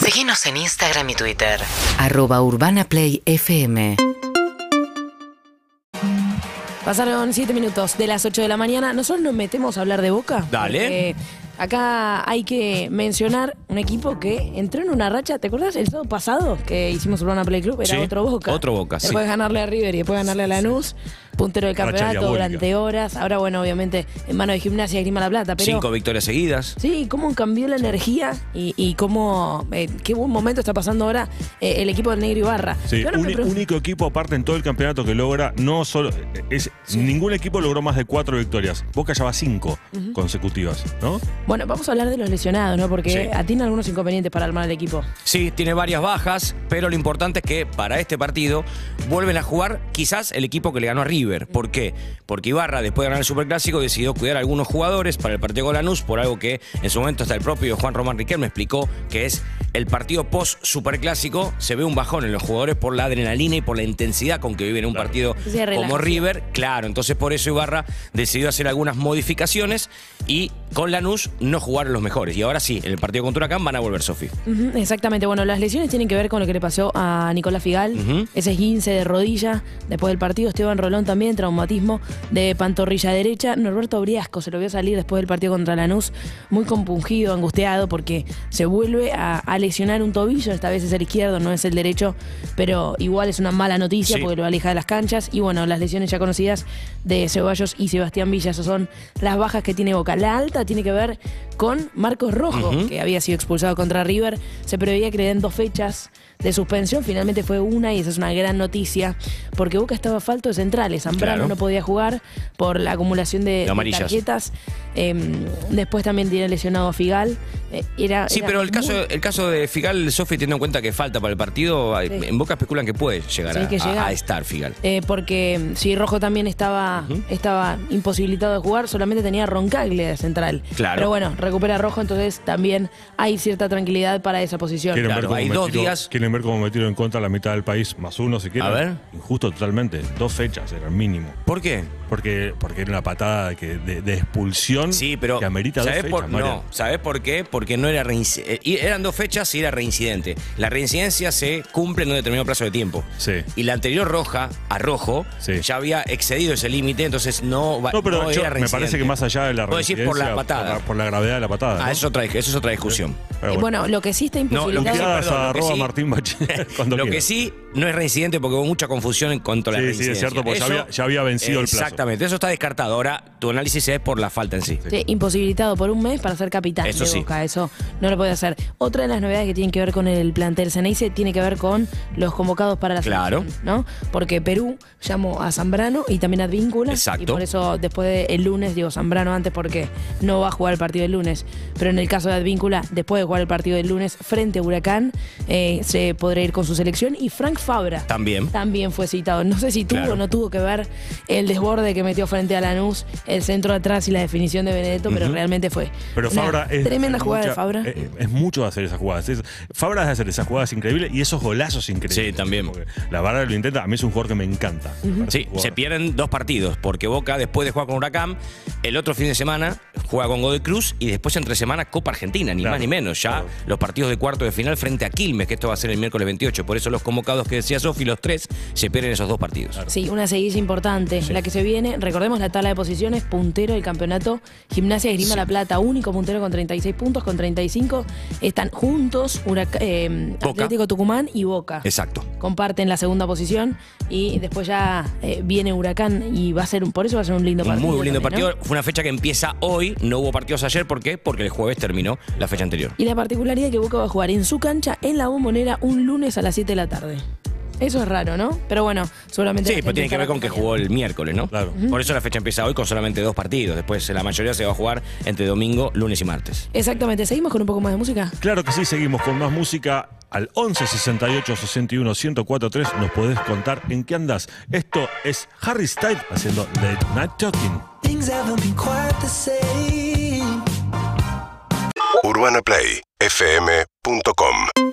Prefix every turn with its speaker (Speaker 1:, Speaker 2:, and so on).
Speaker 1: Seguinos en Instagram y Twitter.
Speaker 2: Arroba Urbana Play FM.
Speaker 3: Pasaron 7 minutos de las 8 de la mañana. Nosotros nos metemos a hablar de Boca.
Speaker 4: Dale.
Speaker 3: porque Acá hay que mencionar un equipo que entró en una racha. ¿Te acuerdas? El sábado pasado que hicimos Urbana Play Club era
Speaker 4: Sí,
Speaker 3: otro Boca.
Speaker 4: otro Boca, sí.
Speaker 3: Después de ganarle a River y después de ganarle a Lanús. Puntero del
Speaker 4: Racha
Speaker 3: campeonato
Speaker 4: diabólica.
Speaker 3: durante horas. Ahora, bueno, obviamente en manos de Gimnasia y Grima La Plata. Pero
Speaker 4: Cinco victorias seguidas.
Speaker 3: Sí, cómo cambió la energía y, y cómo. eh, qué buen momento está pasando ahora eh, el equipo del Negro Ibarra.
Speaker 5: Sí,
Speaker 3: Yo ahora me
Speaker 5: uni-
Speaker 3: pregunto-
Speaker 5: único equipo aparte en todo el campeonato que logra, no solo. eh, Es, Ningún equipo logró más de cuatro victorias. Boca ya va cinco consecutivas, ¿no?
Speaker 3: Bueno, vamos a hablar de los lesionados, ¿no? Porque
Speaker 4: Sí.
Speaker 3: atiene algunos inconvenientes para armar el equipo.
Speaker 4: Sí, tiene varias bajas, pero lo importante es que para este partido vuelven a jugar quizás el equipo que le ganó a River. ¿Por qué? Porque Ibarra, después de ganar el Superclásico, decidió cuidar a algunos jugadores para el partido con Lanús, por algo que en su momento hasta el propio Juan Román Riquelme explicó, que es el partido post-Superclásico, se ve un bajón en los jugadores por la adrenalina y por la intensidad con que viven un partido
Speaker 3: Se
Speaker 4: como
Speaker 3: relajan.
Speaker 4: River. River, claro, entonces por eso Ibarra decidió hacer algunas modificaciones y con Lanús no jugaron los mejores. Y ahora sí, en el partido contra Huracán van a volver Sofi.
Speaker 3: Ujú, exactamente. Bueno, las lesiones tienen que ver con lo que le pasó a Nicolás Figal,
Speaker 4: Ujú.
Speaker 3: ese esguince de rodilla después del partido. Esteban Rolón también, traumatismo de pantorrilla derecha. Norberto Briasco se lo vio salir después del partido contra Lanús, muy compungido, angustiado, porque se vuelve a, a lesionar un tobillo. Esta vez es el izquierdo, no es el derecho, pero igual es una mala noticia
Speaker 4: Sí.
Speaker 3: porque lo aleja de las canchas. Y bueno, las lesiones ya conocidas de Ceballos y Sebastián Villa, esas son las bajas que tiene Boca. La alta tiene que ver con Marcos Rojo,
Speaker 4: Ujú.
Speaker 3: que que había sido expulsado contra River. Se preveía que le den dos fechas de suspensión, finalmente fue una y esa es una gran noticia, porque Boca estaba falto de centrales, Zambrano
Speaker 4: Claro.
Speaker 3: no podía jugar por la acumulación de, de
Speaker 4: amarillas.
Speaker 3: tarjetas, Em, después también tiene lesionado a Figal. Eh, era,
Speaker 4: Sí,
Speaker 3: era
Speaker 4: pero el caso,
Speaker 3: muy-
Speaker 4: el caso de Figal, Sofi, teniendo en cuenta que falta para el partido, hay- en Boca especulan que puede llegar,
Speaker 3: Sí,
Speaker 4: a,
Speaker 3: que
Speaker 4: a-
Speaker 3: llega.
Speaker 4: a estar Figal.
Speaker 3: Eh, porque mm, si Rojo también estaba, estaba imposibilitado de jugar, solamente tenía Roncaglia de central.
Speaker 4: Claro.
Speaker 3: Pero bueno, recupera Rojo, entonces también hay cierta tranquilidad para esa posición.
Speaker 5: Quieren,
Speaker 4: Claro,
Speaker 5: ver cómo
Speaker 4: hay dos
Speaker 5: metieron-
Speaker 4: días.
Speaker 5: quieren ver cómo metieron en contra la mitad del país, más uno si quieren.
Speaker 4: A ver.
Speaker 5: Injusto totalmente. Dos fechas era el mínimo.
Speaker 4: ¿Por qué?
Speaker 5: Porque, porque era una patada que- de, de expulsión
Speaker 4: Sí, pero.
Speaker 5: que amerita dos
Speaker 4: ¿sabés
Speaker 5: fechas,
Speaker 4: por,
Speaker 5: Marian.
Speaker 4: No, ¿sabés por qué? Porque no era reinci- eh, y Eran dos fechas y era reincidente. La reincidencia se cumple en un determinado plazo de tiempo.
Speaker 5: Sí.
Speaker 4: Y la anterior roja, a rojo,
Speaker 5: Sí.
Speaker 4: ya había excedido ese límite, entonces no, va-
Speaker 5: No, pero
Speaker 4: no
Speaker 5: yo-
Speaker 4: era
Speaker 5: me parece
Speaker 4: reincidente.
Speaker 5: que más allá de la
Speaker 4: Puedo decir por la
Speaker 5: reincidencia,
Speaker 4: patada.
Speaker 5: Por la, por la gravedad de la patada.
Speaker 4: Ah,
Speaker 5: ¿no?
Speaker 4: eso, es otra, eso es otra discusión.
Speaker 5: Pero
Speaker 3: Eh,
Speaker 5: Ah, bueno.
Speaker 3: bueno, lo que sí está
Speaker 4: No, lo que
Speaker 3: imposibilitado...
Speaker 4: sí,
Speaker 5: Puteadas
Speaker 4: perdón,
Speaker 5: a
Speaker 4: lo que
Speaker 5: arroba
Speaker 4: sí-
Speaker 5: Martín Bachelet cuando
Speaker 4: Lo que
Speaker 5: quieras.
Speaker 4: sí no es reincidente porque hubo mucha confusión en cuanto a la
Speaker 5: Sí, sí, es
Speaker 4: reincidencia.
Speaker 5: cierto, porque ya había- ya había vencido el plazo.
Speaker 4: Exactamente, eso está descartado. Ahora tu análisis es por la falta en sí.
Speaker 3: Sí, imposibilitado por un mes para ser capitán
Speaker 4: Eso
Speaker 3: de
Speaker 4: sí.
Speaker 3: Boca, eso no lo puede hacer. Otra de las novedades que tienen que ver con el plantel Ceneice tiene que ver con los convocados para la
Speaker 4: Claro.
Speaker 3: selección, ¿no? Porque Perú llamó a Zambrano y también a Advíncula
Speaker 4: Exacto.
Speaker 3: y por eso después del lunes digo Zambrano antes porque no va a jugar el partido del lunes, pero en el caso de Advíncula después de jugar el partido del lunes frente a Huracán eh, se podrá ir con su selección y Frank Fabra
Speaker 4: También.
Speaker 3: también fue citado. No sé si tuvo
Speaker 4: Claro.
Speaker 3: o no tuvo que ver el desborde que metió frente a Lanús, el centro atrás y la definición de Benedetto, pero realmente fue.
Speaker 5: Pero
Speaker 3: una
Speaker 5: Fabra
Speaker 4: eh,
Speaker 5: es.
Speaker 3: Tremenda
Speaker 5: es
Speaker 3: jugada de
Speaker 5: mucha-
Speaker 3: Fabra.
Speaker 5: Es, es mucho de hacer esas jugadas. Es- Fabra es de hacer esas jugadas increíbles y esos golazos increíbles.
Speaker 4: Sí, también.
Speaker 5: Porque la verdad lo intenta. A mí es un jugador que me encanta. Me parece
Speaker 4: Sí,
Speaker 5: un jugador.
Speaker 4: se pierden dos partidos, porque Boca después de jugar con Huracán, el otro fin de semana juega con Godoy Cruz y después entre semana Copa Argentina, ni
Speaker 5: Claro,
Speaker 4: más ni menos. Ya
Speaker 5: claro.
Speaker 4: los partidos de cuarto de final frente a Quilmes, que esto va a ser el miércoles 28. Por eso los convocados que decía Sofi, los tres, se pierden esos dos partidos.
Speaker 3: Sí, una seguidilla importante. La que se viene, recordemos la tabla de posiciones, puntero del campeonato, Gimnasia de Grima La Plata, único puntero con 36 puntos, con 35 están juntos Hurac- eh,
Speaker 4: Boca.
Speaker 3: Atlético Tucumán y Boca.
Speaker 4: Exacto.
Speaker 3: Comparten la segunda posición y después ya eh, viene Huracán y va a ser un, por eso va a ser un lindo
Speaker 4: Un
Speaker 3: partido.
Speaker 4: muy lindo
Speaker 3: también, ¿no?
Speaker 4: partido. Fue una fecha que empieza hoy. No hubo partidos ayer. ¿Por qué? Porque el jueves terminó la fecha anterior.
Speaker 3: Y la particularidad es que Boca va a jugar en su cancha, en la bombonera, un lunes a las 7 de la tarde. Eso es raro, ¿no? Pero bueno, seguramente.
Speaker 4: Sí,
Speaker 3: la
Speaker 4: pero
Speaker 3: gente
Speaker 4: tiene que ver
Speaker 3: estará
Speaker 4: con que
Speaker 3: acompañando.
Speaker 4: jugó el miércoles, ¿no?
Speaker 5: Claro.
Speaker 4: Por eso la fecha empieza hoy con solamente dos partidos. Después la mayoría se va a jugar entre domingo, lunes y martes.
Speaker 3: Exactamente, seguimos con un poco más de música.
Speaker 5: Claro que sí, seguimos con más música. Al 11 68 61 1043 nos podés contar en qué andas. Esto es Harry Styles haciendo The Night Talking.
Speaker 6: UrbanaPlayFM.com